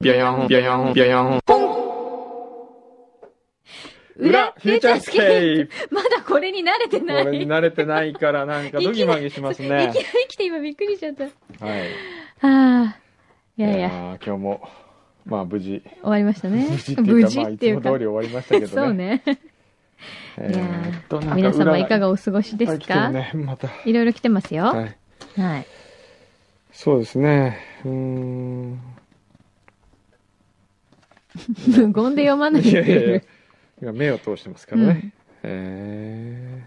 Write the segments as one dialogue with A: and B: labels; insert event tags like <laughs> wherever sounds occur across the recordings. A: ビャヤン、ビャヤン、ビャヤン。裏フューチャースケープ
B: <laughs> まだこれに慣れて
A: こ
B: ない。
A: れに慣れてないからなんかドギマギします
B: い
A: ね
B: き。なり来て今びっくりしちゃった。は
A: はい。
B: あ。い
A: い
B: や
A: や
B: いや、
A: ー今日も、まあ無事、
B: 終わりましたね
A: 無事っ。ていう
B: 無
A: か、
B: 事
A: まあ
B: っ
A: い
B: てい
A: つ
B: う
A: も
B: か
A: 通り。終わりましたけどね。
B: そうね。
A: え
B: いや
A: ーっと、なん
B: ー
A: か
B: 皆様いかが
A: お
B: お過ごしですか
A: ね、また。
B: いろいろ来てますよ。
A: はい。
B: はい。
A: そうですね。うーん。
B: 無言で読まない
A: いやいやいや
B: で。
A: 今目を通してますか
B: う
A: らね。
B: ん。
A: え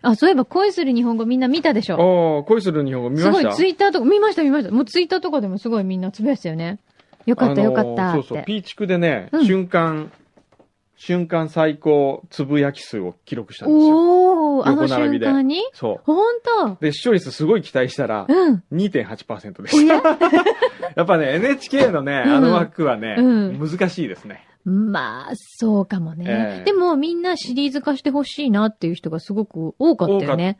B: あ、そういえば恋する日本語みんな見たでし
A: ー。
B: ょ
A: おー、恋する日本語見
B: す
A: ま
B: ご
A: し
B: い
A: た
B: ツイッターとか、見ました見ました。もうツイッターとかでもすごいみんなつぶやいてたよね。よかったよかっ
A: あのー
B: たっ
A: そうそう、
B: て。
A: ピーチクでね、
B: うん
A: 瞬間、瞬間最高つぶやき数を記録したんですよ。
B: おー、あの
A: 横並
B: 瞬
A: びで
B: 間に
A: そ
B: ほんと
A: う。で、視聴率すごい期待したら、
B: うん。
A: 2.8%で
B: お
A: し
B: や
A: た。 <laughs> やっぱね、NHK のね、
B: うん
A: あの枠はね、
B: うん
A: 難しいですね。
B: まあ、そうかもね。
A: ええ
B: でも、みんなシリーズ化してほしいなっていう人がすごく多かったよね。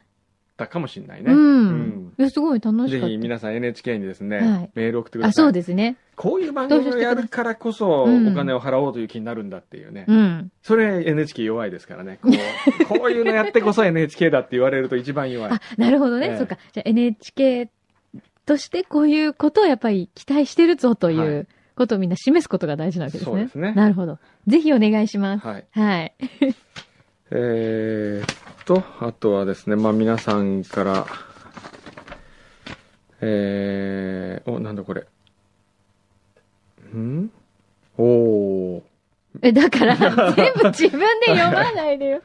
A: だかもしんないね。
B: うん
A: うん
B: いや、すごい楽し
A: ぜ
B: かっ
A: ひ皆さん NHK にですね、
B: はい
A: メール送ってく
B: た。
A: だ
B: あ、
A: さい。
B: そうですね。
A: こういう番組をやるからこそ、お
B: どうしてください
A: 金を払おうという気になるんだっていうね。
B: うん。
A: それ NHK 弱いですからね。こ
B: <laughs>
A: う、こういうのやってこそ NHK だって言われると一番弱い
B: あ。、なるほどね。
A: ええ
B: そうか。じゃあ NHK としてこういうことをやっぱり期待してるぞとい
A: は
B: うことをみんな示すことが大事なわけですね。
A: そうですね
B: なるほど。ぜひお願いします。
A: はい。 <laughs>
B: はい。
A: えー、っと、あとはですね、まあ皆さんから、えー、お、なんだこれ。んおー。
B: え、だから、全部自分で読まないでよ。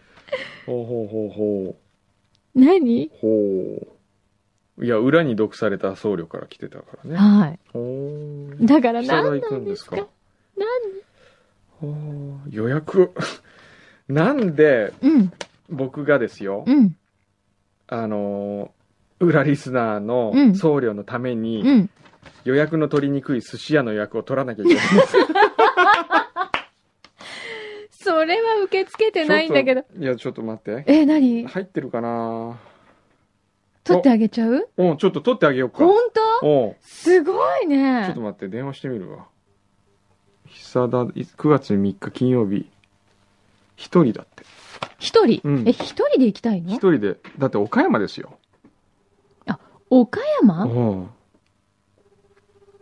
A: ほうほうほうほ
B: 何
A: う。ほう。いや、裏に毒された僧侶から来てたからね。
B: はい。
A: ほう。<laughs>
B: だから
A: 下
B: 何
A: 田行く
B: なん
A: ん
B: で
A: ですす
B: か
A: か
B: 何
A: ほう。予約。 <laughs> なんで
B: うん、
A: 僕がですよ
B: う、ん、
A: あのー、裏リスナーの
B: うん
A: 僧侶のために、
B: うん。
A: 予約の取りにくい寿司屋の予約を取らなきゃいけないんです。
B: それは受け付けて <laughs> ないんだけど
A: ちょ。っと。いや、ちょっと待って。
B: え、何
A: 入ってるかな
B: 取ってあげちゃう
A: うん、ちょっと取ってあげようか。
B: ほ
A: うん
B: と
A: ん。
B: すごい
A: ちょっ
B: ね
A: と。待って、電話してみるわ。久田、い9月3日金曜日。一人だって。
B: 一人、
A: うん
B: え、一人で行きたい
A: 一
B: の
A: 人で。だって岡山ですよ。
B: 岡
A: う
B: 山
A: ん。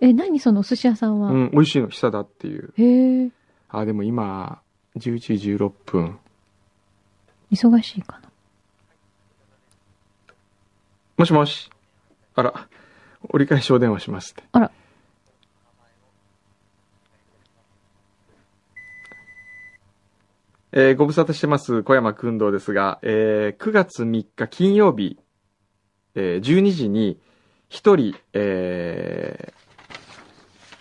B: え、何そのお寿司屋さんは。
A: うん、美味しいの、久田っていう。
B: へえ、
A: あ、でも今、11時16分。
B: 忙しいかな。
A: もしもし。あら、折り返しお電話しますって。
B: あら。
A: えーご無沙汰してます、小山君堂ですが、えー9月3日金曜日、えー12時に、一人、えー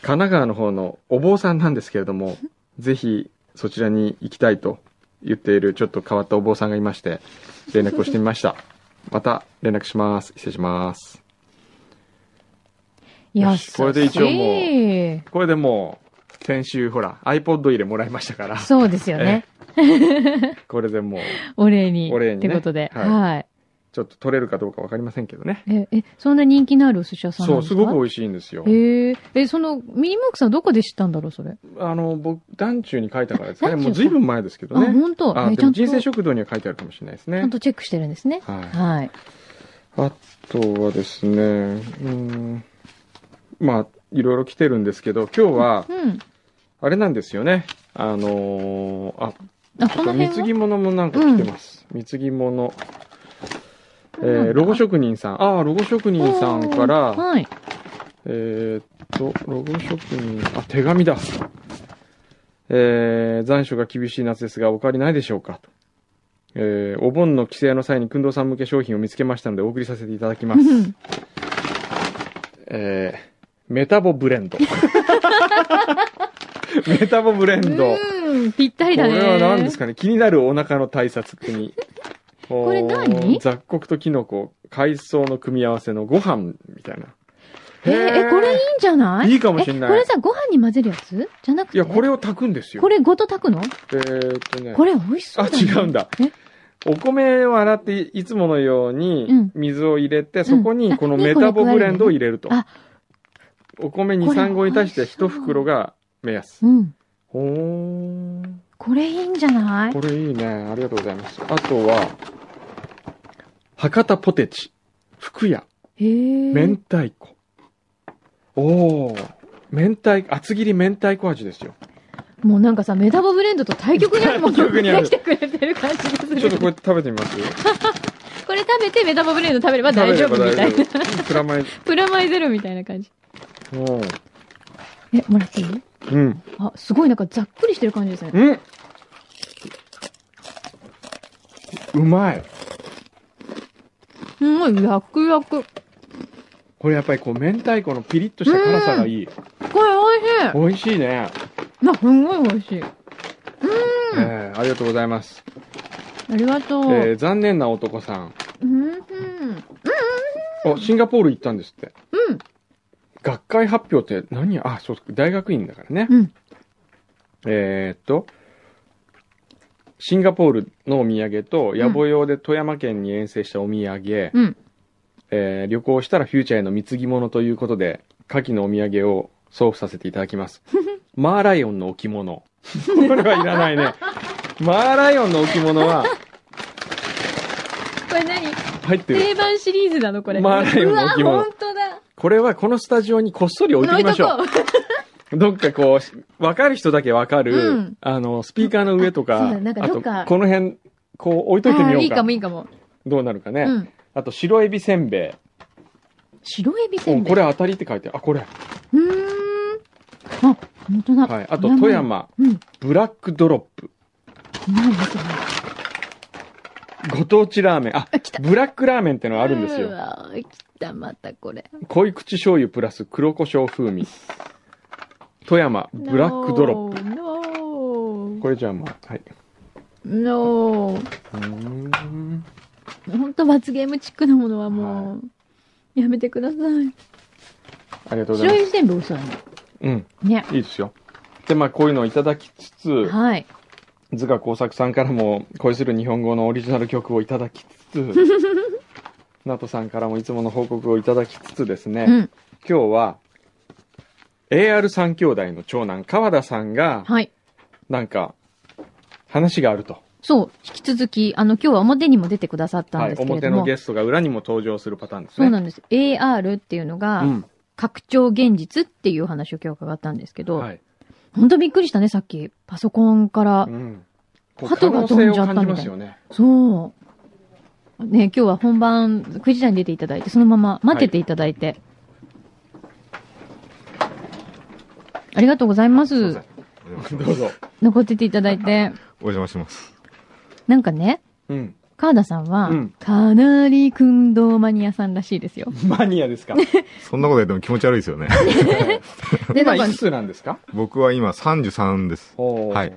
A: 神奈川の方のお坊さんなんですけれども、ぜひそちらに行きたいと言っている、ちょっと変わったお坊さんがいまして、連絡をしてみました。また連絡します。失礼します。
B: いや、
A: よしこれで一応もう
B: 優しい
A: これでもう、先週ほら、iPod 入れもらいましたから、
B: そうですよね。
A: これでもう、
B: お礼に。
A: お礼にね
B: ってことで。
A: はい
B: はい。
A: ちょっと取れるかどうかわかりませんけどね。
B: え、え、そんな人気のあるお寿司屋さんな
A: そ
B: ん
A: う、
B: ですすか
A: ごく美味しいんですよ。
B: へえ、え、その、ミニモークさんどこで知ったんだろう、それ。
A: あの、僕、団中に書いたからですかね。
B: 団中
A: もう随分前ですけど
B: あ、
A: ね。
B: 本当
A: あ、
B: え
A: で
B: ちゃ
A: も
B: んと、
A: 人生
B: ち
A: 食堂には書いてあるかもしれないです
B: ゃん
A: ね。
B: とチェックしてるんですね。
A: はい。
B: はい。
A: あとはですね、うん、まあ、いろいろ来てるんですけど、今日は、
B: うん。
A: あれなんですよね。あのーあ、
B: あ、
A: あ
B: ことの
A: 貢ぎ
B: 辺は
A: 物もなんか来てます。貢ぎ物。え
B: なんだ
A: ーロゴ職人さん。ああ、ロゴ職人さんか
B: おー
A: ら、
B: はい。
A: えーっと、ロゴ職人、あ、手紙だ。えー残暑が厳しい夏ですが、お変わりないでしょうかと。えーお盆の帰省の際に、くんどうさん向け商品を見つけましたので、お送りさせていただきます。
B: うん
A: えーメタボブレ
B: <laughs>
A: ンド。メタボブレンド。
B: うん、ぴったりだ
A: こ
B: ね。
A: れは何ですかね気になるお腹の対策
B: <laughs>
A: に。こ
B: れ何
A: 雑穀とキノコ、海藻の組み合わせのご飯みたいな。
B: えー
A: へー
B: え、これいいんじゃない
A: いいかもしんない
B: えこれさ、ご飯に混ぜるやつじゃなくて。
A: いや、これを炊くんですよ。
B: これごと炊くの
A: えーっとね。
B: これ美味しそう
A: あ、
B: だ、ね。
A: 違うんだ
B: え。
A: お米を洗って、いつものよう
B: うん
A: に水を入れて、そこ
B: うんあ
A: にこの
B: に
A: メタボブレンドを入れると。
B: あ
A: お米2、3合に対して1袋が目安。
B: うん。
A: ほーん。
B: これいいんじゃない
A: これいいね。ありがとうございます。あとは、博多ポテチ、福屋、
B: へえ。
A: 明太子。おー、明太、厚切り明太子味
B: <laughs>
A: ですよ。
B: もうなんかさ、メタボブレンドと対極にあるも
A: <laughs>
B: の
A: 対極にある
B: できてくれてる感じがする。
A: ちょっとこれ食べてみます
B: これ食べてメタボブレンド食べれば大丈夫みたいな。
A: な。プラマイ。
B: プラマイゼロみたいな感じ。
A: う
B: え、もらっていい
A: ん。うん。
B: あ、すごいなんかざっくりしてる感じですね。
A: うんうまい。
B: すごい、ヤクヤク。
A: これやっぱりこう明太子のピリッとした辛さがいい。
B: これ美味し
A: 美味しいね。
B: い。な、すんごい美味しい。うん
A: えーありがとうございます。
B: ありがとう。
A: えー残念な男さん。
B: うんうん。
A: お、シンガポール行ったんですって。
B: うん。
A: 学会発表って何やあ、そう、大学院だからね。
B: うん
A: えーっと、シンガポールのお土産と、野暮用で富山県に遠征したお土産、
B: うん。
A: えー旅行したらフューチャーへの貢ぎ物ということで、夏季のお土産を送付させていただき
B: <laughs>
A: ます。マーライオンの置物。 <laughs> これはいらないね。マーライオンの置物は
B: これ何
A: 入ってる。
B: 定番シリーズなのこれ。
A: まあないよ
B: うわ、
A: 置物
B: ほんとだ。
A: これはこのスタジオにこっそり置いてみ
B: 置い
A: ま
B: と
A: しょ
B: こう。
A: う。どっかこう、わかる人だけわかる、
B: うん
A: あの、スピーカーの上と
B: そう
A: か、
B: だなんか
A: あ
B: ど
A: と、
B: っか
A: この辺、こう置いといてみ
B: あ
A: よ
B: ーいういか
A: か
B: も。いいかも。
A: どうなるかね。
B: うん。
A: あと、白エビせんべ
B: 白エビ
A: い。
B: せ
A: うんん
B: べい。
A: こ
B: う
A: れ当たりって書いてある。あ、これ。
B: ーん。あ、ほんとだ。
A: はい。あと、富山、
B: うん。
A: ブラックドロップ。
B: 何それ
A: ご当地ラーメン。あ
B: あ、来た、
A: ブラックラーメンってのがあるんです
B: う
A: よ。
B: わー来た、またこれ。
A: 濃い口醤油プラス黒胡椒風味。富山、ブラックドロッ
B: ップ。
A: プ。
B: No.
A: これじゃあもう、はい。
B: No.
A: うーん
B: ほんと罰ゲームチックなものはもう、やめてください。
A: ありがとうござ
B: 白
A: い
B: エ
A: ます。
B: ビせんべい美味しそうだね。
A: うん、
B: ね。
A: いいですよ。で、まあ、こういうのをいただきつつ、
B: はい。
A: 図画工作さんからも恋する日本語のオリジナル曲をいただきつ
B: <laughs>
A: つ、ナトさんからもいつもの報告をいただきつつですね、
B: うん。
A: 今日は、AR3 兄弟の長男、川田さんが、
B: はい。
A: なんか、話があると。
B: そう。引き続き、あの、今日は表にも出てくださったん
A: はい
B: で、すけれ
A: 表
B: ど
A: の
B: も。
A: ゲストが裏にも登場するパターンです
B: そ
A: ね。
B: うなんです。AR っていうのが、
A: うん
B: 拡張現実っていう話を今日伺ったんですけど、
A: はい。
B: ほんとびっくりしたね、さっき。パソコンから。
A: うん。こう可
B: 鳩が
A: 能
B: 飛
A: 性
B: ん
A: を
B: じゃったみたい
A: 感
B: な
A: じますよね。
B: そう。ね、今日は本番9時台に出ていただいて、そのまま待ってていただいて。ありがとうございま
C: どう
B: す
C: ぞ。
A: どうぞ。
B: 残ってていただいて。
C: お邪魔します。
B: なんかね、
A: うん。
B: 川田さんは、
A: うん
B: かなり運動マニアさんらしいです
A: <laughs>
B: よ。
A: マニアです
B: <laughs>
A: か
C: そんなことやっても気持ち悪いですよ
A: <laughs>
C: ね。
B: で、な
A: 今
B: んか
A: いく、つなんですか
C: 僕は今33です。は。
A: はい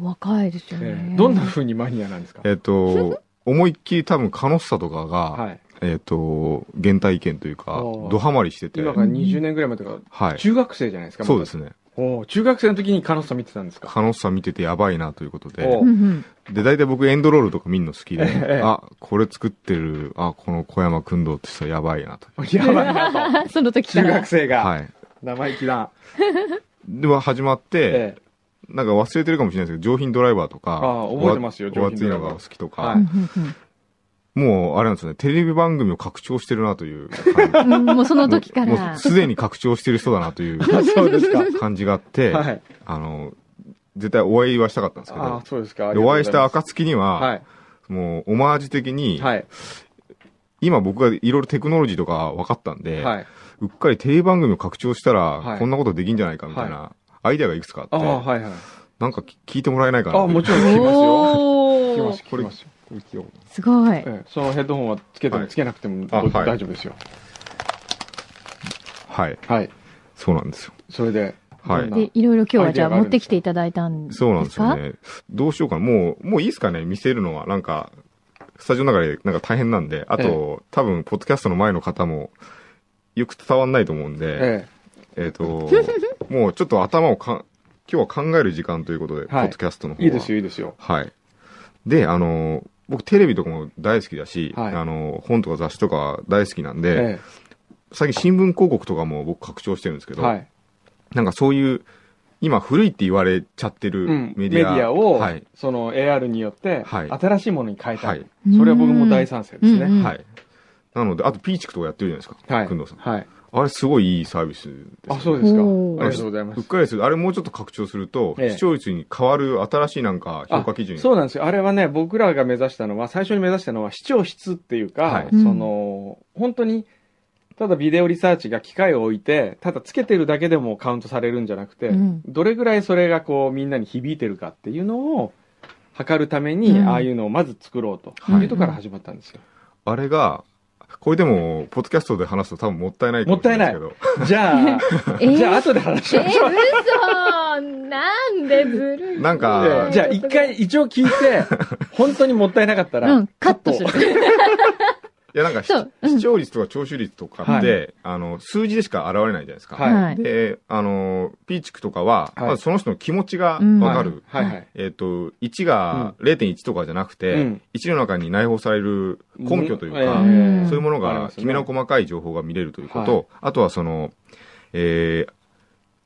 B: お若いですよ
A: え
B: ね。
A: ーどんな風にマニアなんですか
C: えっ、と、思いっきり多分カノッサとかが、
A: はい。
C: えっ、と、原体験というか
A: おー、
C: ドハマりしてて、
A: 今
C: は
A: から20年ぐらい前とか、
C: い。
A: 中学生じゃないですか
C: そうです
A: ね。
C: ね。
A: おー中学生の時にカノさん見てたんですか
C: カノッサ見ててやばいなということで
A: お、
B: うんうん。
C: で、大体僕エンドロールとか見るの好
A: え
C: き
A: え
C: で、あ、これ作ってる、あ、この小山君堂って人やばいなと。
A: やばいなと。
B: <laughs> その時か
A: 中
B: ら
A: 学。生が、
C: はい。
A: 生意気な。
C: では始まって、
A: ええ
C: なんか忘れてるかもしれないですけど、上品ドライバーとか、
A: あー覚えてますよ
C: おわお
A: 上
C: 熱
A: 品
C: い
A: ドライ
C: の
A: バー
C: がお好きとか、
A: は
B: う
A: い
B: んうん
C: もう、あれなんですよね、テレビ番組を拡張してるなという感じ
B: うんもうその時か
C: も
B: ら
C: う。すでに拡張してる人だなと
B: <laughs>
C: いう
A: あそうですか。
C: 感じがあって、
A: はい。
C: あの、絶対お会いはしたかったんですけ
A: あ
C: ど
A: あ、、そうですか。あ
C: で
A: りがとう
C: お会
A: ご
C: いし
A: ざ
C: た
A: ます。
C: 暁には、もう、オマージュ的に、
A: はい。はい。
C: 今僕がいろいろテクノロジーとか分かったんで、
A: はい。
C: うっかりテレビ番組を拡張したら、
A: はい
C: こんなことできんじゃないかみたいな、アイデアがいくつか
A: あ
C: あって、
A: あ、はいはい。
C: なんかき聞いてもらえないかな
A: あもちろん聞きますよ。聞き
B: お
A: ます聞
B: ー
A: きますよ。
C: ろん。
B: すごい。
A: ええそのヘッドホンはつけて
C: は
A: も
C: い
A: つけなくても
C: あ
A: ど
C: はい
A: 大丈夫ですよ。
C: はい。
A: はい。
C: そうなんですよ。
A: それで、
C: はい
A: どんな
B: で、いろいろ今日はじゃ
A: アイデア
B: あ
A: があ
B: 持
A: る
B: ってきていただいたんですか
C: そうなんですよ。ね。どうしようかな。もう、もういいですかね見せるのは。なんか、スタジオの中でなんか大変なんで、あと、
A: え
C: 多分、ポッドキャストの前の方も、よく伝わんないと思うんで、
A: え
C: えっ、と、 <laughs> もうちょっと頭をか、今日は考える時間ということで、ポッドキャストの方
A: え
C: は。
A: いいですよ、いいですよ。
C: はい。で、あの、僕テレビとかも大好きだし、
A: はい
C: あの、本とか雑誌とか大好きなん
A: え
C: で、最近新聞広告とかも僕拡張してるんですけど、
A: はい。
C: なんかそういう、今古いって言われちゃってる
A: うん。
C: メ
A: メ
C: デ
A: デ
C: ィア,、
A: ィアを、
C: はい。
A: その AR によって、
C: はい
A: 新しいものに変えた。
C: はいい。
A: それは僕も大
B: 好
A: 賛成ですね。
B: うんうん
C: はい。なので、あとピーチクとかやってるじゃないですか。
A: はい。
C: 工藤さん。
A: はい。
C: あれすごいいいサービスです、
A: あ、そうですか。あ
B: おー
A: りがとうございま
C: うっ
A: す。
C: かりする。あれもうちょっと拡張すると、
A: ええ
C: 視聴率に変わる新しいなんか評価基準。
A: そうなんですよ。あれはね、僕らが目指したのは、最初に目指したのは、視聴室っていうか、
C: はい
A: その、本当に、ただビデオリサーチが機械を置いて、ただつけてるだけでもカウントされるんじゃなくて、
B: うん
A: どれぐらいそれがこう、みんなに響いてるかっていうのを、測るために、
B: うん
A: ああいうのをまず作ろうと
C: はい
A: いうところから始まったんですよ。
C: あれが、これでも、ポッドキャストで話すと多分もったいないかもしれないですけど。
A: じ
B: <laughs>
A: ゃあ、
B: えー
A: じゃあ後で話し
B: え
A: ましょう。
B: 嘘なんでずるい
C: なんか
A: でじゃあ一回一応聞いて、本当にもったいなかったら、
B: うんカットする
C: いや、なんかひ、
B: そううん
C: 視聴率とか聴取率とかって、あの、数字でしか現れないじゃないですか。
A: はい
B: はい
C: で、あの、ピーチクとかは、
A: はい
C: まずその人の気持ちが
B: うん
C: わかる。
A: はいはい。
C: えっ、と、1が0.1とかじゃなくて、
A: うん
C: 1の中に内包される根拠というか、
B: うんええ
C: そういうもの
A: ありま
C: が、
A: すね
C: きめの細かい情報が見れるということ、あとはその、えー、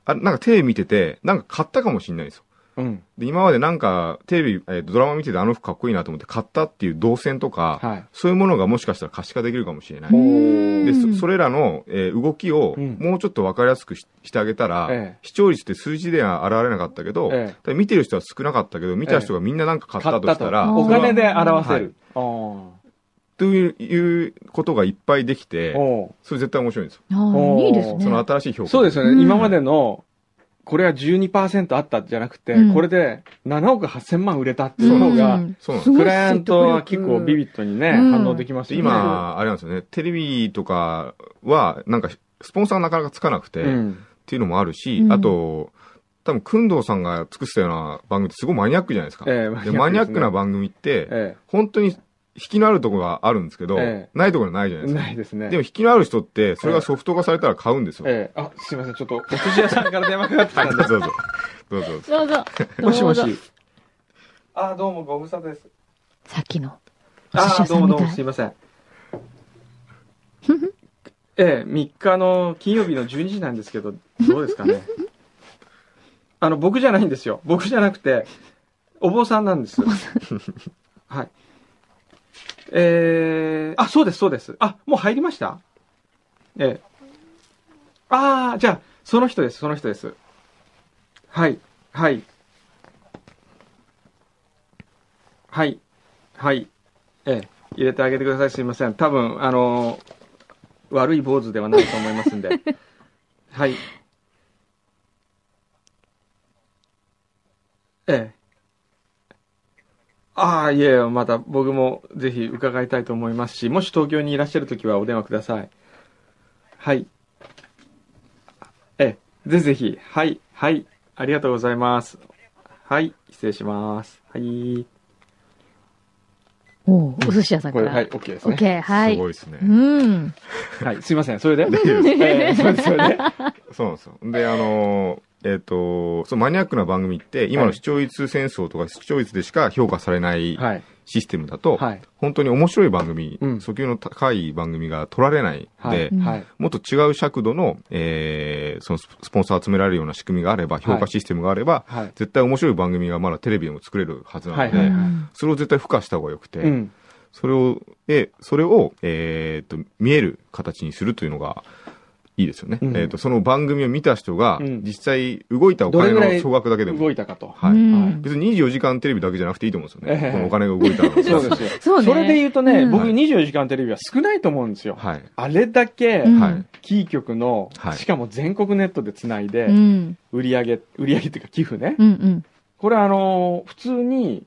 C: あ、なんかテレビ見てて、なんか買ったかもしれないんですよ。
A: うん。
C: で、今までなんか、テレビ、えードラマ見ててあの服かっこいいなと思って買ったっていう動線とか、
A: はい。
C: そういうものがもしかしたら可視化できるかもしれない。
B: うん
C: で、そそれらの、えー動きを
A: うん
C: もうちょっと分かりやすくししてあげたら、
A: ええ
C: 視聴率って数字では現れなかったけど、
A: ええ
C: ただ見てる人は少なかったけど、見た人がみんななんか買ったとしたら、
B: 買ったと
A: お
C: それは
A: 金で表せる。ああ
C: といういうことがいっぱいできて、
A: お
C: それ絶対面白いんですよ。
B: あーいいですね
C: その新しい評
A: う
C: 価。
A: そうですよ
B: う
A: ね。
B: ん
A: 今までの、これは12%あったじゃなくて
B: うん、
A: これで7億8000万売れたっていう
C: の
A: 方が、
B: ん
C: そうなんです
A: ク
B: ごい説得力
A: ライアントは結構ビビットにね、
B: うん
A: 反応できますよね。
C: 今、あれなんですよね、テレビとかは、なんか、スポンサーがなかなかつかなくて、
A: う
C: っ
A: ん。
C: ていうのもあるし、
B: うん
C: あと、多分、くんどうさんが尽くしたような番組ってすごいマニアックじゃないですか。
A: ええ
C: でマニア
A: で
C: ッ
A: す
C: ク
A: ね
C: な番組って、
A: え
C: 本当に引きのあるところがあるんですけど、
A: え
C: ないところはないじゃ
A: え
C: ないですか。
A: <laughs> ないですね。
C: でも引きのある人って、それがソフト化されたら買うんですよ。
A: ええあ、すいません。ちょっと、お寿司屋さんから電話かかってきた
C: はい、
A: ん
C: ど <laughs>
A: で
C: うぞどうぞ。どうぞどうぞ。
B: どうぞ
A: もしも
B: どうぞ
A: し。あ、どうもご無沙汰です。
B: さっきのお寿司
A: あ
B: 屋
A: ど
B: さ
A: うんもどう
B: みた
A: も
B: い
A: すいません。ええ、3日の金曜日の12時なんですけど、どうですか <laughs> ね。あの、僕じゃないんですよ。僕じゃなくて、お坊さんなんです。はい。えー、あ、そうです、そうです。あ、もう入りましたええ。ああ、じゃあ、その人です、その人です。はい、はい。はい、はい。ええ、入れてあげてください。すいません。多分、あのー悪い坊主ではないと思いますんで。 <laughs> はい。ええ。ああ、いえ、また僕もぜひ伺いたいと思いますし、もし東京にいらっしゃるときはお電話ください。はい。ええ、ぜひぜひ。はい、はい。ありがとうございます。はい、失礼します。はい。
B: おうお寿司屋さん
A: こ
B: か
A: れ、
B: ら
A: はい、OK です
B: オ
A: ね
B: ッ。ケーはい
C: すごいですね。
B: うん
A: はい、すいません、それで。
C: で
A: えーそれでそれ
C: <laughs>
A: で
C: そうなんですよ。で、あのーえっ、と、そのマニアックな番組って、今の視聴率戦争とか視聴率でしか評価されない
A: はい。
C: システムだと、
A: はい。
C: 本当に面白い番組、
A: うん
C: 訴求の高い番組が取られないで、
A: はい。
B: うん
A: はい。
C: もっと違う尺度の、えーそのススポンサー集められるような仕組みがあれば、評価システムがあれば、
A: はい。
C: 絶対面白い番組がまだテレビでも作れるはずなので、
A: はいはい
C: それを絶対付加した方が良くて、
A: うん。
C: それを、え、それを、えーっと、見える形にするというのが、いいですよね。
A: うん
C: えーっと、その番組を見た人が
A: う、ん
C: 実際動いたお
A: どれ
C: 金
A: ぐらい
C: の総額だけでも
A: 動い、たかと。
C: はい
B: うん
C: 別に24時間テレビだけじゃなくていいと思うんですよ
A: ええ
C: ね。このお金が動いたの
A: そうですよ。
B: そうね
A: れで言うとね、
B: うん
A: 僕24時間テレビは少ないと思うんですよ。
C: はい。
A: あれだけ
B: うん
C: はい。
A: キー局の
C: は、い
A: しかも全国ネットでつないで
B: う、ん
A: 売り上げ、売り上げっていうか寄付ね。
B: うんうん
A: これあのー、普通に、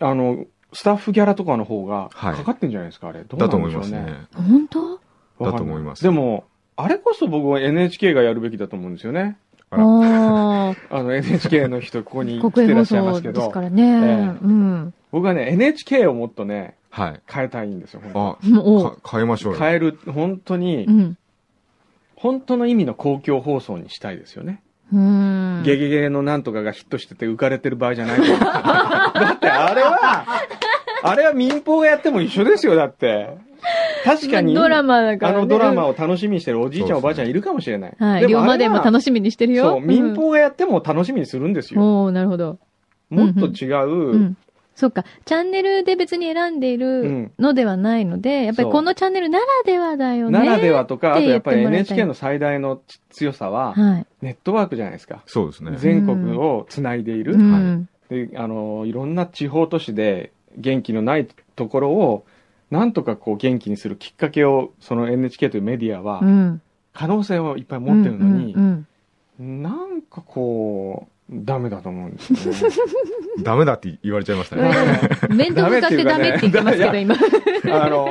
A: あの、スタッフギャラとかの方が
C: はい
A: かかってんじゃないですか、あれ。どうな
C: だと
A: ん
C: 思
A: で
C: い
A: しょう
C: ます
A: ね。
C: ね。
B: 本当
A: わかんな
C: だと思います
A: でも、あれこそ僕は NHK がやるべきだと思うんですよね。
C: あら
B: ああ
A: あの NHK の人、ここ <laughs>
B: <laughs>
A: に来て
B: 国営
A: らっ
B: 放
A: しゃいます
B: 送
A: け
B: です
A: ど
B: か、らね
A: え
B: うん
A: 僕はね、NHK をもっとね、
C: はい。
A: 変えたいんですよ、本当
C: あ、
B: も
C: か変えましょうよ。
A: 変える、本当
B: うう
A: に、
B: ん
A: 本当の意味の公共放送にしたいですよね。
B: うん
A: ゲゲゲのなんとかがヒットしてて浮かれてる場合じゃないと
B: <laughs>
A: だってあれは、あれは民放がやっても一緒ですよ、だって。確かに、
B: ドラマだか
A: あ
B: ら、ね。
A: のドラマを楽しみにしてるおじいちゃん、
C: そうそう
A: おばあちゃんいるかもしれない。
B: はい。龍馬伝も
A: し
B: 楽しみにしてるよ。
A: そう、民放がやっても楽しみにするんです
B: うん
A: よ。
B: おーなるほど。ん
A: もっと違う、
B: うん。そっか。チャンネルで別に選んでいうる
A: ん
B: のではないので、やっぱり
A: そう
B: このチャンネルならではだよね。
A: ならではとか、あ
B: っ
A: と
B: て
A: や
B: 言
A: っ
B: っ
A: ぱ
B: て
A: り
B: もらいたい
A: NHK の最大の強さは、
B: はい。
A: ネットワークじゃないですか。
C: そうですね。
A: 全国をつないでいる、
B: うん。
A: であのいろんな地方都市で元気のないところをなんとかこう元気にするきっかけをその NHK というメディアは
B: うん。
A: 可能性をいっぱい持ってるのに、
B: うんうん
A: なんかこうダメだと思うんですよね。
C: ダメだって言われちゃいました
B: うん
C: ね。
B: 面倒向かってダメって言ってますけど、今。
A: <laughs> あの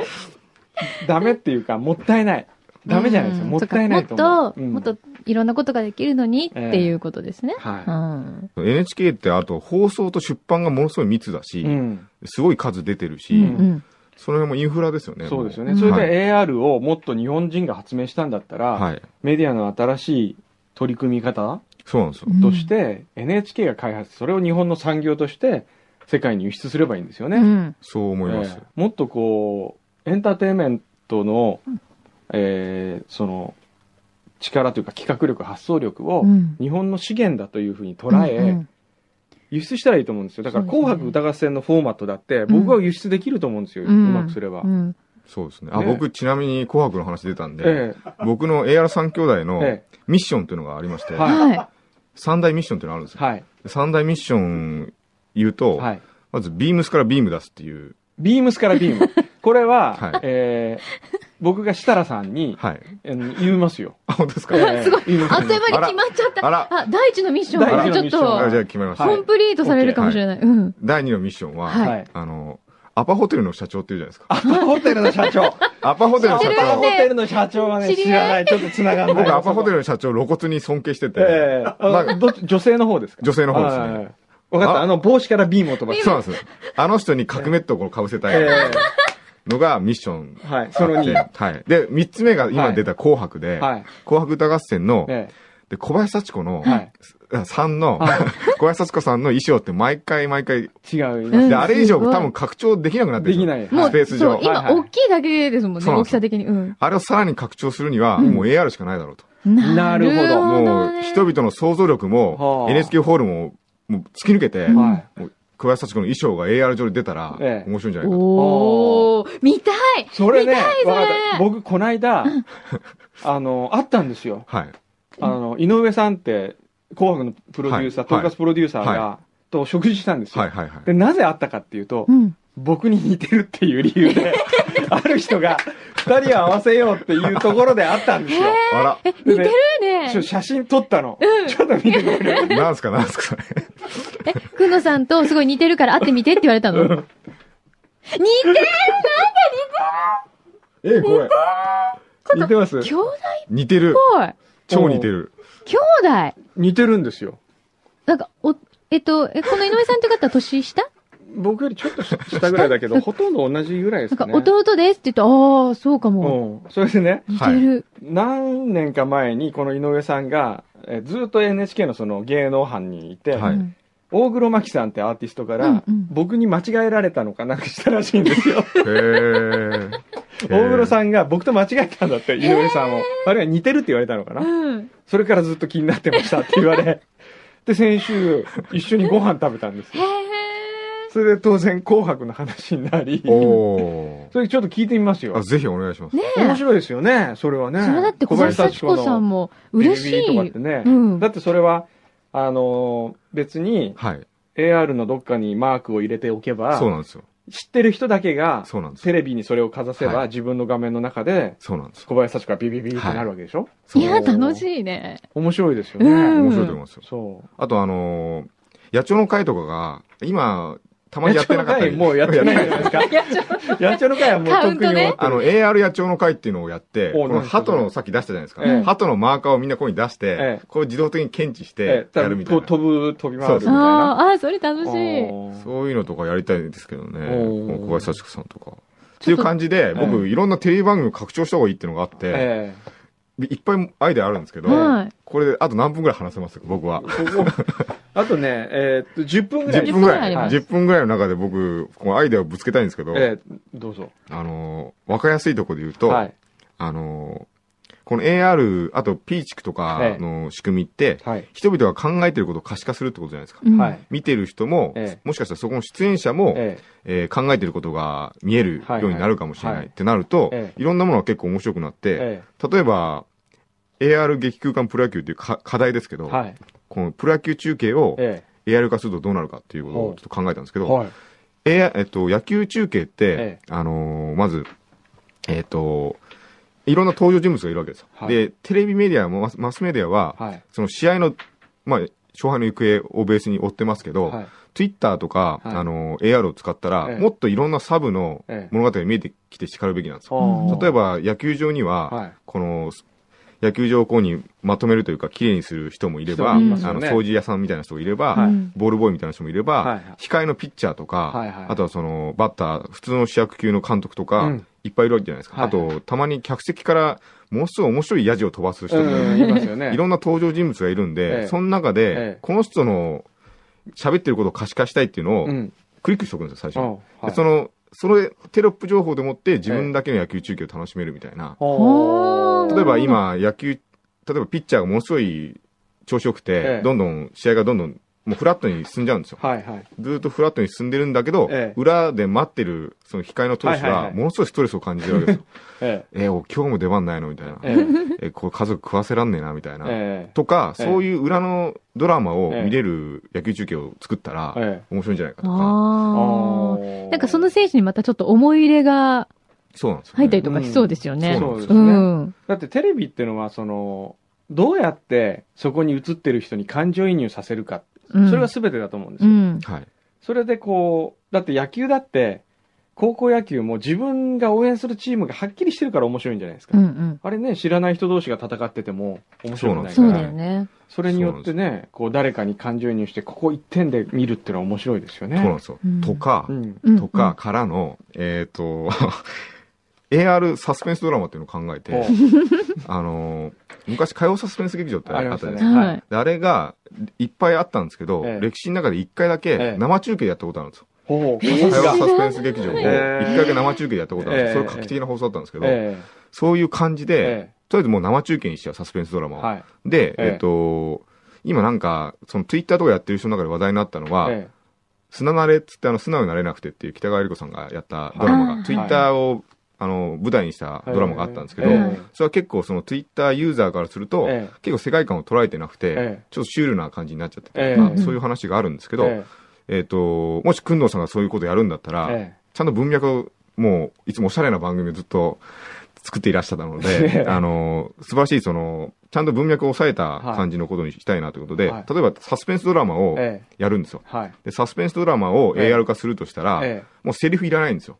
A: ダメっていうかもったいないダメじゃないですよ、
B: うん
A: もったいないと
B: そっ
A: 思う
B: かもっと、
A: うん
B: もっといろんなことができるのにっていうことですね。う
A: は
B: ん。
C: NHK ってあと放送と出版がものすごい密だ
A: い、
C: し、
A: うん
C: すごい数出てるし、
A: うん
B: うん。
C: その辺もインフラですよね。
A: そうですよ
C: ね。
A: ね、
B: うん
A: それで AR をもっと日本人が発明したんだったら、
C: はい。
A: メディアの新しい取り組み方
C: そうなんですよ。
A: として NHK が開発それを日本の産業として世界に輸出すればいいんですよ
B: う
A: ね、
B: ん。
C: そう思います
A: え。えもっとこうエンターテインメントの、えーその力というか企画力発想力を
B: うん。
A: 日本の資源だというふうに捉
B: うんう
A: え
B: ん
A: 輸出したらいいと思うんですよだから「
B: そうですね
A: 紅白歌合戦」のフォーマットだって僕は輸出できると思うんですよ、う
B: うん
A: まくすれば、
B: うん
C: そうですね。あ、
A: ね
C: 僕、ちなみに紅白の話出たんで、
A: ええ
C: 僕の AR3 兄弟の
A: ええ
C: ミッションっていうのがありまして、
A: はい
B: は
C: 三大ミッションっていうのがあるんですよ。
A: はい
C: 三大ミッション言うと、
A: はい
C: まずビームスからビーム出すっていう、
A: ビームスからビー
C: <laughs>
A: ムこれは、
C: はい
A: えー僕が設楽さんに、
C: はい。
A: えー言いますよ、
C: あ、本当ですか、
A: ええ
B: すごい
A: 言いま
B: い。あ
A: す
B: っという間に決まっちゃった。
C: あら、
B: あ、第一のミッショ
A: 第
B: ン
A: 一
B: ち
A: の
B: ょ
A: ミッ
B: っ
A: ション
C: あ
A: は
B: と、
C: じゃあ決まりました。
A: は
B: コ
A: い
B: ンプリートされるかもしれない。うん。
C: 第2のミッションは、
B: はい
A: はい
C: あの、アパホテルの社長っていうじゃないですか。
A: アパホテルの社長。
C: アパホテルの社
B: 知ってる
A: アパホ
C: 長、
A: テルの社長はね、
B: 知
A: 知
B: り合い
A: らない。ちょっと繋がんない。
C: 僕アパホテルの社長露骨に尊敬してて、
A: ええあ
C: なんか
A: どっち女性の方ですか
C: 女性の方ですね
A: はいわかった。
C: あ
A: あの、帽子からビームを飛ばす。
C: そうなんですよ。あの人に革命とこう被せた
A: え
C: いのがミッション。
A: えはい、その2。は
C: はい。で、3つ目が今出た紅白で、
A: い。
C: 紅白歌合戦の、
A: え
C: で小林幸子の、
A: えはい。
C: さんの、
A: は
C: <laughs> 小林幸子さんの衣装って毎回毎回、
A: 違う。
B: うん
C: で、あれ以上
B: すごい
C: 多分拡張できなくなってる
A: で
C: し
A: き
C: ょ
A: ない。
B: も
A: は
C: スペー
B: う、
C: ス
B: そ
C: 上
B: う、今、
A: はいはい
B: 大きいだけですもん
C: そ
B: ね、
C: うなん
B: 大
C: で
B: き
C: すよ
B: さ的に。うん。
C: あれをさらに拡張するには、
A: うん
C: もう AR しかないだろうと。
A: なるほど
C: もう
B: ね
C: 人々の想像力も
A: は、あ
C: NHK ホールも、もう突き抜けて、
A: い。
B: うん
A: はい。
C: 小林幸子の衣装が AR 上で出たら、
A: ええ
C: 面白いんじゃないかと。
B: おー、見たい
A: それね、わ
B: それ
A: かった。僕、こないだ、あの、会ったんですよ。
C: はい。
A: あの、井上さんって、紅白のプロデューサー、
C: はいは
A: 統
C: い
A: 括プロデューサーが
C: は、
A: と食事したんです
C: はい
A: よ。
C: はいはい。
A: で、なぜ会ったかっていうと
B: う、ん。
A: 僕に似てるっていう理由 <laughs> で、ある人が二人を合わせようっていうところであったんですよ。
C: あら、
B: え、
A: で
B: 似
A: ね
B: てるね
A: ちょっと写真撮ったの。ちょっと見てくれる。
C: なんすかなんすかそれ。
B: え、くのさんとすごい似てるから会ってみてって言われたの似てる
A: え、これ。似てます
B: 兄弟っ
C: 似てる。
B: ぽい
C: 超似てる。
B: 兄弟
A: 似てるんですよ。
B: なんか、お、えっと、え、この井上さんって方は
A: <laughs>
B: 年下
A: 僕よりちょっと <laughs> 下ぐらいだけど、ほとんど同じぐらいで
B: な
A: す
B: んか
A: かね。
B: 弟ですって言ったら、ああ、そうかも。
A: うん。それでね、
B: 似てる。
A: 何年か前にこの井上さんが、えずっと NHK のその芸能班にいて、
C: はい
B: うん
A: 大黒摩季さんってアーティストから、
B: うんうん
A: 僕に間違えられたのかなんかしたらしいんですよ。
C: へー。
A: 大黒
C: ん。
A: さんが僕と間違えたんだって、井上さんを。あるいは似てるって言われたのかな。
B: うん。
A: それからずっと気になってましたって言わ
B: <laughs>
A: れ。で、先週、一緒にご飯食べたんです
B: へ
A: よ。
B: え。
A: それで当然、紅白の話になり、
C: お
A: <laughs> それちょっと聞いてみます
C: ー。あ、
A: よ。
C: ぜひお願いします。
B: ねえ。
A: 面白いですよね、それはね。
B: それだって小林幸子さん
A: も
B: も嬉しい。
A: とかってね。
B: うん
A: だってそれは、あのー別に
C: はい。
A: AR のどっかにマークを入れておけば
C: そう、なんですよ。
A: 知ってる人だけが、
C: そうなんです
A: テ
C: よ。
A: レビにそれをかざせば、
C: はい
A: 自分の画面の中で、
C: そうなんですよ。
A: 小林幸子がビビビビってなるわけでしょ、
C: そう
B: いや、楽し
A: い。
B: いね。
A: 面白いですよね。
B: うん
C: 面白いと思いますよ。
A: そう。
C: あとあのー野鳥の会とかが、今、たまにやってなかった
A: 野
C: り。
A: 鳥の会もうやって
C: <laughs>
A: ないじゃないですか。
B: いや、ちょっと、
A: 野鳥の会はもう特に終わって
C: あの、AR 野鳥の会っていうのをやって、
A: お
C: この
A: 何それ
C: 鳩のさっき出したじゃないですか。
A: ええ
C: 鳩のマーカーをみんなここに出して、
A: ええ
C: これ自動的に検知し
A: え
C: て
A: え、
C: やるみたい
A: と
C: な。
A: 飛ぶ、飛び回るみたいな。
B: あーあー、それ楽しい。
A: おー
C: そういうのとかやりたいんですけどね。
A: おー
C: 小林幸子さんとか。っていう感じで、
A: と
C: 僕、いろんなテレビ番組を拡張した方がいいっていうのがあって、
A: え
C: いっぱいアイデアあるんですけど、
B: はい
C: これであと何分くらい話せます僕は。
A: えここあとね、えーっと、10分ぐらい。
C: 10分ぐ
B: 10分ぐ
C: ら
B: らいあ
C: い、
B: ります
C: 10分ぐらいの中で僕、このアイデアをぶつけたいんですけど、
A: えーどうぞ。
C: あのー、わかりやすいところで言うと、
A: はい。
C: あのー、この AR、あと P チクとかの仕組みって、
A: はい。
C: 人々が考えてることを可視化するってことじゃないですか。
B: うん
A: はい。
C: 見てる人も、
A: え
C: もしかしたらそこの出演者も、
A: え
C: えー考えてることが見える
A: はいはい
C: ようになるかもしれない、
A: はい
C: ってなると、
A: え
C: いろんなものが結構面白くなっ
A: ー
C: て、
A: え
C: 例えば、AR 激空間プロ野球っていうか課題ですけど、
A: ーはい。
C: このプロ野球中継を
A: え
C: AR 化するとどうなるかっていうことをちょっと考えたんですけ
A: ー
C: ど、
A: はい。
C: えーえっと、野球中継って
A: え、
C: あのーまず、えっと、いろんな登場人物がいるわけですよ。
A: はい
C: で、テレビメディアもマス、マスメディアは、
A: はい。
C: その試合の、まあ、勝敗の行方をベースに追ってますけど、
A: はい。
C: Twitter とか、
A: はい
C: あのー AR を使ったら、
A: ええ
C: もっといろんなサブの
A: え
C: 物語が見えてきて叱るべきなんですよ。
A: ー
C: 例え、ば、野球場には、
A: はい。
C: この、野球場をこうにまとめるというか、綺麗にする人もいれば、
A: 人
B: もいます
A: よ
C: あの
A: ね
C: 掃除屋さんみたいな人もいれば、
A: はい
B: うん
C: ボールボーイみたいな人もいれば、
A: はいはい
C: 控えのピッチャーとか、
A: はいはい
C: あとはそのバッター、普通の主役級の監督とか、
A: うん
C: いっぱいいるわけじゃないですか。
A: はいはい
C: あと、たまに客席から、ものすごい面白いヤジを飛ばす人もいる
A: うんいますよね。
C: いろんな登場人物がいるんで、
A: ええ
C: その中で、
A: ええ
C: この人の喋ってることを可視化したいっていうのを、
A: うん。
C: クリックしておくんですよ、最初に。
A: はい
C: でその、それ、テロップ情報でもって自分だけの野球中継を楽しめるみたいな。
A: ほー
C: 例えば今、野球、例えばピッチャーがものすごい調子よくて、
A: ええ
C: どんどん試合がどんどん、もうフラットに進んじゃうんですよ。
A: はいはい。
C: ずーっとフラットに進んでるんだけど、
A: ええ
C: 裏で待ってる、その控えの投手
A: はいはいは
C: が、
A: い
C: ものすごいストレスを感じてるわ
A: <laughs>
C: けですよ。
A: え
C: ええお今日も出番ないのみたいな。
A: え
C: え
A: ええ
C: えこう家族食わせらんねえな、みたいな。
A: え
C: とか、
A: ええ
C: そういう裏のドラマを
A: ええ
C: 見れる野球中継を作ったら、
A: え
C: 面白いんじゃないかとか。
B: ああ。
A: ー
B: なんかその選手にまたちょっと思い入れが
C: そうなんですよ、ね。
B: 入ったりとかしそうですよね。
A: そうです
B: う
A: ね。
B: ん。
A: だってテレビってのは、その、どうやってそこに映ってる人に感情移入させるか。
B: うん
A: それが全てだと思うんです
B: う
A: よ。
B: ん。
C: はい。
A: それでこう、だって野球だって、高校野球も自分が応援するチームがはっきりしてるから面白いんじゃないですか。
B: うんうん。
A: あれね、知らない人同士が戦ってても面白くないか
B: そう
A: ら。
B: だよね。
A: それによってね、こう誰かに感情移入して、ここ一点で見るってのは面白いですよね。
C: そうなんですよ。
B: うん
C: とか、
A: うん。
B: うん
C: とか。からの、えっ、と、AR サスペンスドラマっていうのを考え
A: こ
C: て、あのー昔火曜サスペンス劇場ってあ
A: あり
C: ったじ
A: ま
C: ゃ
A: した
C: ない
A: ねは
B: うん
C: ですか。
B: はいい。
C: であれがいっぱいあったんですけど、
A: ええ
C: 歴史の中で一回だ
A: え
C: け
A: え
C: 生中継やったことあるんですよ。
A: うほう、
B: え
C: 火
B: ー
A: さすが
C: 曜サスペンス劇場を
A: え
C: 一
A: え
C: 回だけ生中継やったことあるんですよ。
A: ええ
C: それ画期的な放送だったんですけど、
A: え
C: そういう感じ
A: え
C: で、
A: え
C: とりあえずもう生中継にしちゃう、サスペンスドラ
A: え
C: マを。
A: はい。え
C: で、
A: え
C: えっ、と、今なんか、そのツイッターとかやってる人の中で話題になったのは、
A: え
C: 砂なれっつってあの、素直になれなくてっていう北川恵理子さんがやったドラマ
B: は
C: が、
B: い
C: ツイッターを、あの、舞台にした
A: え
C: ドラマがあったんですけど、
A: ええ
B: はい
C: それは結構そのツイッターユーザーからすると、
A: え
C: 結構世界観を捉えてなくて、
A: ええ
C: ちょっとシュールな感じになっちゃってたりとか、
A: ええ
C: そういう話があるんです
A: え
C: けど、
A: え
C: えっ、と、もし、くんどうさんがそういうことやるんだったら、
A: え
C: ちゃんと文脈を、もう、いつもおしゃれな番組をずっと作っていらっしゃった
A: <laughs>
C: の
A: ええ
C: で、あの、素晴らしい、その、ちゃんと文脈を抑えた感じのことにしたいなということで、
A: はい
C: 例えばサスペンスドラマ
A: え
C: を
A: ええ
C: やるんですよ。
A: はい。
C: で、サスペンスドラマを
A: ええ
C: AR 化するとしたら、
A: ええ
C: もうセリフいらないんですよ。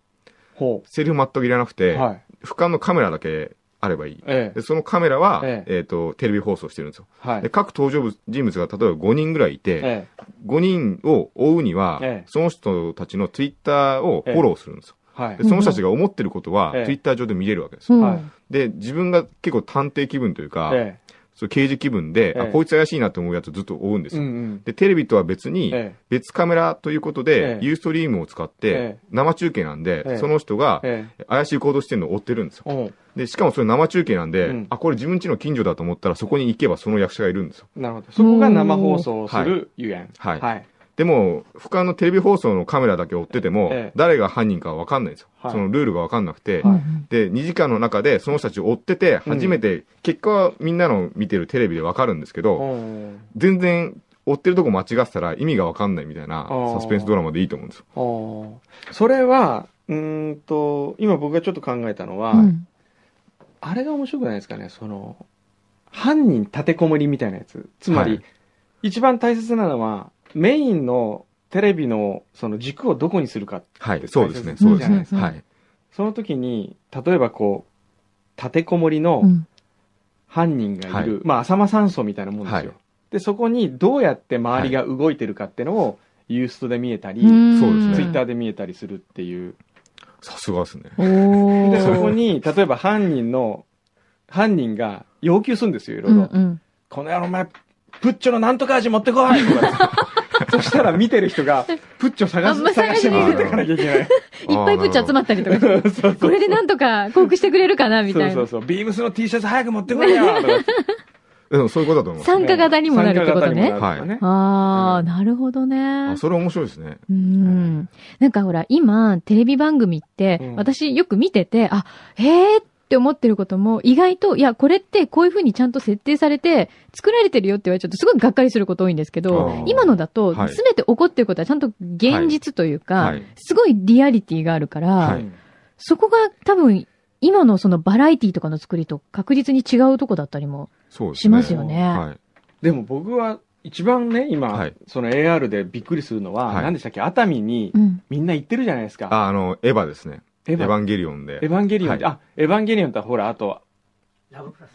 A: ほ
C: セリフ全くいらなく
A: う。
C: て、
A: はい。
C: 俯瞰のカメラだけあればいい。
A: ええ
C: でそのカメラは、
A: え
C: えっ、と、テレビ放送してるんですよ。
A: は
C: で
A: い。
C: 各登場人物が例えば5人ぐらいいて、
A: ええ
C: 5人を追うには、
A: ええ
C: その人たちのツイッターをフォローするんですよ。
A: はい
C: で。その人たちが思ってることは、
A: ええ
C: ツイッター上で見れるわけです
B: う
C: よ。
A: はい
B: ん。
C: で、自分が結構探偵気分というか、
A: え
C: そう刑事気分で、
A: ええ
C: あ、こいつ怪しいなって思うやつずっと追うんで
A: え
C: す
A: う
C: よ。
A: んうん。
C: で、テレビとは別に、
A: え
C: 別カメラということで
A: え、え
C: ユーストリームを使っ
A: え
C: て、生中継なんで、
A: ええ
C: その人が
A: ええ
C: 怪しい行動してるのを追ってるんですよ。
A: えおう
C: で、しかもそれ生中継なんで、
A: うん
C: あ、これ自分家の近所だと思ったら、そこに行けばその役者がいるんですよ。
A: なるほど。そこが生放送をするゆえん。
C: はい
A: はい。
C: でも、俯瞰のテレビ放送のカメラだけ追ってても、
A: ええ
C: 誰が犯人かは分かんないんですよ。
A: はい
C: そのルールが分かんなくて、
A: はい
C: で、2時間の中でその人たちを追ってて、初めて、結果はみんなの見てるテレビでわかるんですけど、
A: おう
C: 全然追ってるとこ間違ってたら意味がわかんないみたいな
A: あー
C: サスペンスドラマでいいと思うんですよ。
A: おうそれは、うーんと、今僕がちょっと考えたのは、
B: うん
A: あれが面白くないですかね、その、犯人立てこもりみたいなやつ。つまり、
C: はい
A: 一番大切なのは、メインのテレビのその軸をどこにするか。
C: はい、そうですね、
A: そ
C: そうう
A: じ
C: で
A: ゃ
C: す
A: ない
C: ね
A: で。
B: すか
C: はい。
A: その時に、例えばこう、立てこもり
B: う
A: の
B: ん
A: 犯人がいる、
C: は
A: まあ、浅間山荘みたいなもんですよ。
C: はい
A: で、そこにどうやって周りが動いてるかってのを、ユーストで見えたり、
C: そうですね
A: ツイッター
B: で。
A: で見えたりするっていう。
C: さすがですね。
B: おー
A: <laughs> で、そこに、例えば犯人の、犯人が要求するんですよ、いろ
B: う
A: い
B: ん
A: ろ。
B: うん。 <laughs>
A: この野郎お前、プッチョのなんとか味持ってこいとかそしたら見てる人が、プッチョ探
B: あんま
A: し、探して
C: 探しに
A: 出てかなきゃいけ
B: <laughs>
A: ない。
B: いっぱいプッチ集まったりとかして
A: そうそうそう
B: これでなんとか降伏してくれるかなみたい
A: そ
B: な。
A: うそうそう。ビームスの T シャツ早く持ってこいよとか
C: でもそういうことだと思います。
B: 参加型にもなるってことね。
A: 参加型にもなるとかね
B: ああ、なるほどね
C: あ。それ面白いですね。
B: うん。なんかほら、今、テレビ番組って、
A: うん
B: 私よく見てて、あ、へーって思ってることも、意外と、いや、これってこういう風にちゃんと設定されて、作られてるよって言われちゃうと、すごいがっかりすること多いんですけ
C: あ
B: ど
C: ー、
B: 今のだと、
C: はい
B: すべて起こってることはちゃんと現実というか、
C: はい。
B: すごいリアリティがあるから、
C: は
B: そこが多分、今のそのバラエティとかの作りと確実に違うとこだったりも
C: そうですね。
B: しますよね。
C: はい。
A: でも僕は、一番ね、今、
C: はい
A: その AR でびっくりするのは、
C: はい
A: 何でしたっけ熱海に
B: うん。
A: みんな行ってるじゃないですか。
C: あ、あの、エヴァですね。
A: エ
C: エ
A: ヴ
C: ヴ
A: ァ
C: ァンゲリオンで
A: エ。ヴァンゲリオンって、
C: は
A: あ、エヴァンゲリオンってほら、あと、ラブプ
C: あ、
A: ラス。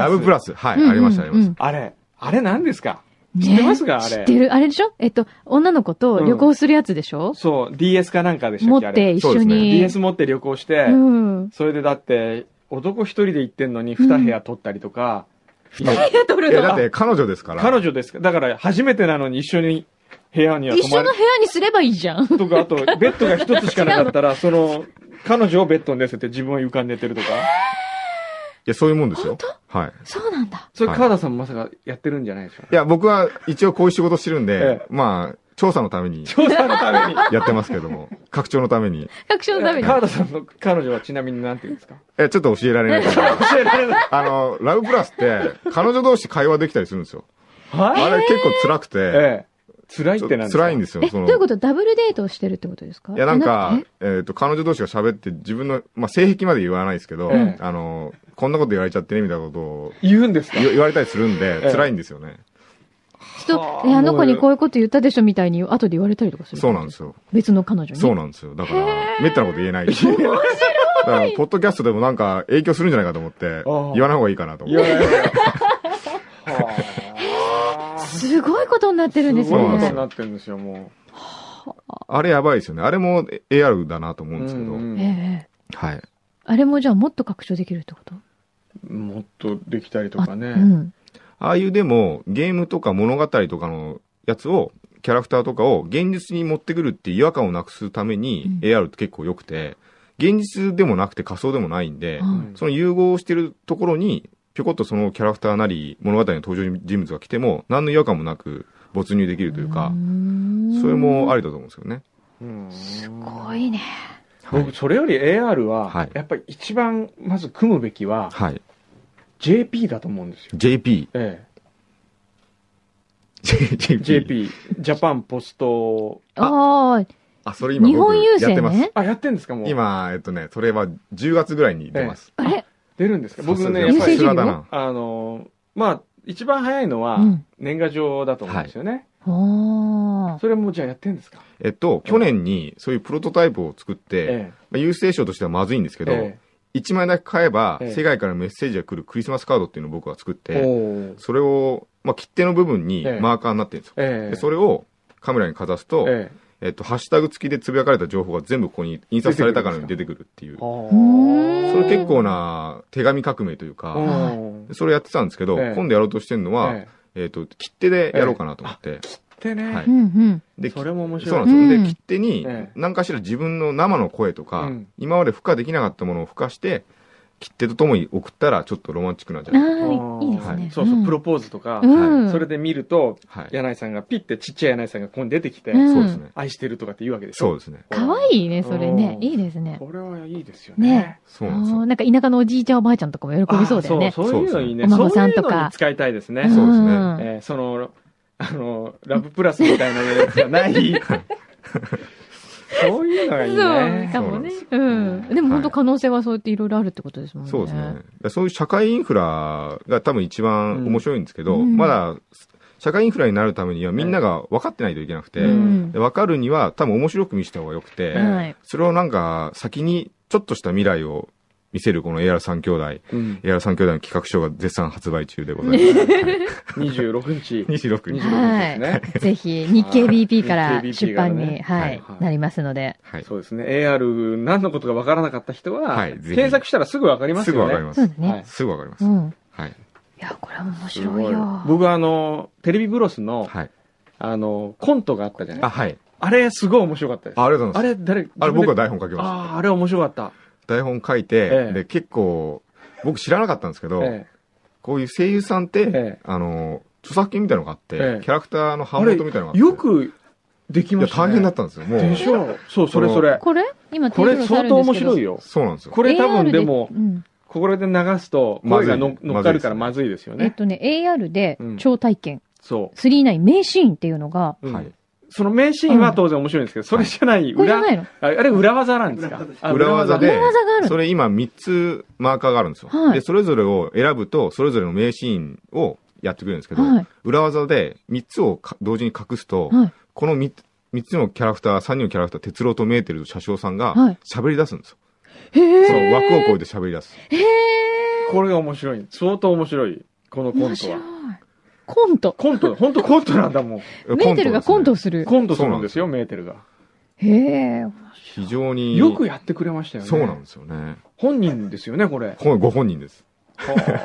C: ラブプラス。はい。
B: うん
C: ありました、ありまし
A: あれ、あれ何ですか
B: ね
A: 知ってますかあれ
B: 知ってる。あれでしょえっと、女の子と旅行するやつでしょ、
A: そう、DS かなんかでした
B: 持
A: っ
B: っ
A: けあ
B: て
A: れ。
B: 一緒
C: そうですね
B: に。
A: DS 持って旅行して、
B: うん。
A: それでだって、男一人で行ってんのに二部屋取ったりとか、
C: た。いや
B: ありがとうご
A: <laughs>
B: ざ
C: いや、
B: いま
C: だって彼女ですから。
A: 彼女ですかだから初めてなのに一緒に部屋には
B: す
A: 泊
B: 一緒
A: ま
B: の
A: る
B: 部屋にすればいいじゃん。
A: とか、あと、ベッドが一つしかなかった
B: <laughs>
A: ら、その、彼女をベッドに寝せて自分は床に寝てるとか。
C: いや、そういうもんですよ。はい。
B: そうなんだ。
A: それ、
C: はい
A: 川田さんもまさか <laughs> やってるんじゃないでしょう
C: いや、僕は一応こういう仕事してるんで
A: ええ、
C: まあ、調査のために
A: 調査のために。
C: やってますけ
B: <laughs>
C: ども、拡張のために。
B: 学習のために。
A: 川田さんの彼女はちなみに何て言うんですか
C: え、ちょっと教えられないけど。
A: 教えられない。
C: あの、ラブプラスって、彼女同士会話できたりするんですよ。
A: は
C: あれ結構辛くて、
A: ええ。辛いっ
C: ちょってと
A: なんですか
C: 辛いんですよ。
B: え、
C: そ
B: ど
C: の
B: ういうことダブルデートをしてるってことですか
C: いや、なんか
B: え、
C: えっ、と、彼女同士が喋って、自分の、まあ、性癖まで言わないですけど、
A: ええ
C: あの、こんなこと言われちゃってね、みたいなことを
A: 言うんですか
C: 言言われたりするんで、
A: ええ
C: 辛いんですよね。
B: ちょ
A: は
B: っ
A: あ
B: と、えあの子にこういうこと言ったでしょみたいに後で言われたりとかする。
C: そうなん
B: で
C: ですよ。
B: す。別の彼女に。
C: そうなんですよ。だから、めったなこと言えない。面だから、ポッドキャストでもなんか影響するんじゃないかと思って、
A: ああ
C: 言わない方がいいかなと思
A: 言わ
C: っ
A: な
C: て。
A: い。
B: <laughs>
A: はあ。
B: すごいことになってるんです
A: すごいこと
B: ね
A: に。なってるんですよ、も
C: あれやばいですよね。あれも AR だなと
A: う。
C: 思うんですけど、
B: え
A: ん
B: えええ
C: はい。
B: あれもじゃあもっと拡張できるってこと
A: もっとできたりとかね。
B: あうん。
C: ああいうでも、ゲームとか物語とかのやつを、キャラクターとかを現実に持ってくるっていう違和感をなくすため
B: う
C: に
B: ん
C: AR って結構良くて、現実でもなくて仮想でもないんで、
B: うん
C: その融合してるところに、ぴょこっとそのキャラクターなり物語の登場人物が来ても、何の違和感もなく没入できるというか、それもありだと思うんですよね。
A: うん
B: すごいね。
A: 僕、それより AR
C: は、
A: はいやっぱり一番、まず組むべきは、
C: はい。
A: JP だと思うんですよ。
C: JP。
A: ええ、
C: JP。。
A: JP、ジャパンポスト、
B: ああ、
C: あ、それ今
B: 日
C: 僕
B: 本郵
C: やっ
B: 政
C: てます。
B: ね。
A: あ、やってんですか、もう。
C: 今、えっとね、それは10月ぐらいに出ます。
B: あれ
A: 出るんですか。僕ね、
B: さ
A: やっ
B: す
A: ぱ
B: が
A: り
B: に、
C: さすがだな。
A: あの、まあ、一番早いのは
B: うん、
A: 年賀状だと思うんですよね。
B: ああ。
A: それもじゃあやってんですか。
C: えっと、去年にそういうプロトタイプを作って、
A: え
C: まあ郵政省としてはまずいんですけ
A: え。
C: ど、
A: え
C: 1枚だけ買えば、
A: ええ
C: 世界からメッセージが来るクリスマスカードっていうのを僕は作っ
A: え
C: て、
A: おー
C: それを、まあ、切手の部分に
A: ええ
C: マーカーになってるんですよ。
A: ええ。
C: でそれをカメラにかざすと、
A: ええ。
C: えっと、ハッシュタグ付きでつぶやかれた情報が全部ここに印刷されたからに出てくるっていう。
A: あー
B: ー
C: それ結構な手紙革命という
A: う
C: か、
A: ん。
C: それやってたんですけど、
A: ええ
C: 今度やろうとしてるのは、
A: え
C: えっと、切手でやろうかなと思って。
A: えでね、
C: はい
B: うんうん。
C: で、
A: それも面
C: そう
A: 白。
C: ないんですよ。
B: うん
C: で、切手に
A: ええ
C: 何かしら自分の生の声とか、
A: うん
C: 今まで付加できなかったものを付加して、切手とともに送ったらちょっとロマンチックなんじゃない
A: あ
B: ああ、
A: ー
B: いいです
A: は
B: ね。
A: そうそう、
B: ん
A: プロポーズとか、
B: うん。
A: それで見ると、
C: はい。
A: 柳井さんがピッてちっちゃい柳井さんがここに出てきて、
B: うん
C: そうですね。
A: 愛してるとかって言うわけでし
C: そ
A: ょ
C: うですね。
B: かわいいね、それね。
A: うん
B: いいですね。
A: これはいいですよね。
B: ね
C: そ
B: あ
C: うなんですよ
B: ー。なんか田舎のおじいちゃんおばあちゃんとかも喜びそうだよね。
A: あーそうそういうのいいね。
B: そうですねお孫さん
A: そ
B: と
A: ういうの
B: か
A: に使いたいですね。
C: そうですね
B: ん
A: えーその、あの、ラブプラスみたいなやつがない。そういうのがいい
B: そう、
A: ね。
B: かもね
C: そ。
B: うん。でも本当可能性はそうやっていろいろあるってことですもんね。
C: そうですね。だからそういう社会インフラが多分一番面白いんですけど、
B: うん
C: まだ社会インフラになるためにはみんなが分かってないといけなくて、
A: ええ
B: うん
C: で。分かるには多分面白く見せた方がよくて、
A: え
B: はい。
C: それをなんか先にちょっとした未来を見せるこの AR3 兄弟、
A: うん。
C: AR3 兄弟の企画書が絶賛発売中でござ <laughs> います。
A: 26日。
C: 26日。
A: 26日ですね。
B: ぜひ、日経 BP から
A: 日経 BP
B: 出版
A: からね
B: に、は
C: はい
B: い
A: は、い
B: なりますので。
C: はい。
A: そうですね。AR、何のことがわからなかった人は、
C: はいぜひ
A: 検索したらすぐわかりますす
C: ぐ
A: よ
C: わ
A: ね。
C: かりま
B: そう
C: す
B: だ。
A: は
B: ね
A: い。
C: すぐわかります
B: う。ん。
C: はい。
B: いや、これは面
A: す
B: 白
A: ご
B: い
A: い
B: よ。
A: 僕はあの、テレビブロスの、
C: はい。
A: あの、コントがあったじゃない
C: あ、
A: あ
C: はい。
A: れ、すごい面白かったです。
C: あありがとうござ
A: あ
C: います。
A: れ、誰
C: あれ僕は台
A: 本
C: 本書き
A: 書
C: ま
A: ああ、あれ面白かった。
C: す。台本書い
A: え
C: て
A: え、
C: で、結構、僕知らなかったんですけど、
A: え
C: こういう声優さんって、
A: ええ
C: あの、著作権みたいなのがあって、
A: ええ
C: キャラクターの版元みたいなのがあっ
A: え
C: て。
A: よくでき
C: い
A: ま
C: や、
A: した、ね。
C: 大変だったんですよ。も
A: で
C: う、
A: しょそう、それそれ。
B: これ今
A: これ相当面白い
B: よ。
A: よ。
C: そうなんですよ。
A: これ多
B: AR
A: 分でも、
B: うん
A: これで流すと、声がの
C: まずい
A: 乗っかるからまずいですよ
B: えっ
A: ね。
B: とね、AR で
A: うん
B: 超体験、
A: そ
B: 39名シーンっていうのが、
A: う。うん
C: はい
A: その名シーンは当然面白いんですけど、それじゃない
B: これじ
A: 裏、
B: ゃないの
A: ああれ裏技なんですかあ
C: 裏技で
B: 裏技がある
C: そ
B: の。
C: れ今3つマーカーがあるんですよ。
B: はい
C: で、それぞれを選ぶと、それぞれの名シーンをやってくれるんですけど、
B: はい。
C: 裏技で3つをか同時に隠すと、
B: はい
C: この 3, つのキャラクター、3人のキャラクター、哲郎とメーテルと車掌さんが
B: はい
C: 喋り出すんですよ。
B: へえ。
C: その枠を超えて喋り出す。
B: へえ。
A: これが面白い。相当面白い。このコン
B: 面
A: ト
B: 白い
A: は。。
B: コント。
A: コント、本当コントなんだもん。
B: メーテルがコント
C: で
B: をする。
A: コントするんですよ、メーテルが。
B: へえ。
C: すね。非常に。
A: よくやってくれましたよね。
C: そうなんですよね。
A: 本人ですよね、これ。
C: このご本人です。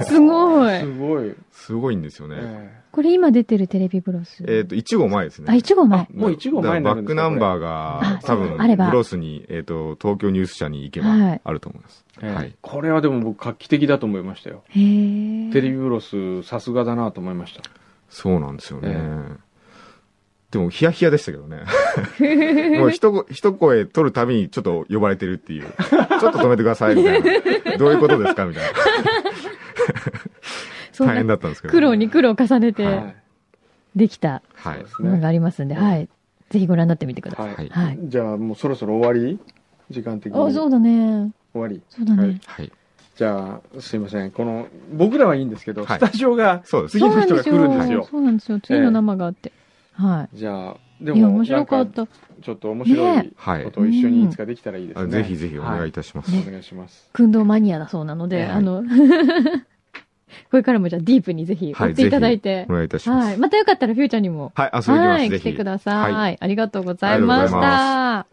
B: すごい
A: すごい。
C: すごいんですよね。
A: え
B: これ今出てるテレビブロス。
C: えっ、と、1号前ですね。
B: あ、1号
A: え
B: 前
A: あ。、もう1号前にな
C: だ
A: るんで
C: からバック
A: すか
C: ナン
A: こ
C: バーが
B: あ、
C: 多
B: そうあれ
C: 分、
B: ば
C: ブロスに、えっ、と、東京ニュース社に行け
B: はい
C: ば、あると思います。
A: れええ
C: はい
A: これはでも僕画期的だと思いましたよ。
B: へえ。
A: テレビブロス、さすがだなと思いました。
C: そうなんですよね。
A: え
C: でも、ヒヤヒヤでしたけどね。 <laughs> もう一声、一声取るたびにちょっと呼ばれてるっていう。ちょっと止めてください、みたいな。どういうことですかみたいな。
B: そん
C: 大変
B: な
C: だったんですけど。
B: 苦労に苦労を重ねて
C: は
B: できた
C: は
A: そう
C: い
A: で。す
B: ものが
A: ね
B: ありますんで、
A: はい
B: はい。ぜひご覧になってみてください。
A: は。
C: はいい。
B: はい。
A: じゃあもうそろそろ終わり時間的に。
B: あ、そう
A: 終
B: だね。
A: わり。
B: そうだ
A: はい
B: ね。
C: はい。
A: じゃあ、すいません。この、僕らはいいんですけど、
C: はい
A: スタジオが、
C: そうです。
A: 次の人が来るんですよ
B: そうなんですよ。次の生があって。は
A: じゃあ、
B: い。
A: で
B: いや、
A: も、
B: 面白か
A: な
B: っ
A: んか
B: た。
A: ちょっと面白
B: ね
A: い
C: はい
A: こ。とを一緒にいつかできたらいいです
C: あ
A: ね。
C: ぜひぜひお願いい
A: は
C: たします。
A: いお願いします。
B: 訓導マニアだそうなので、
A: はい
B: あの、 <laughs> これからもじゃあディープにぜひ
C: は
B: 追
C: い。
B: っていただいて
C: ぜひお。願いいたします。
B: はい。またよかったらフューチャーにも。
C: はい。遊びに来
B: は
C: ます。
B: い。
C: ぜ
B: 来て
C: ひ
B: く。ださ。
C: はい
B: ありがとうございま
C: ありがと
B: し
C: うござい
B: た。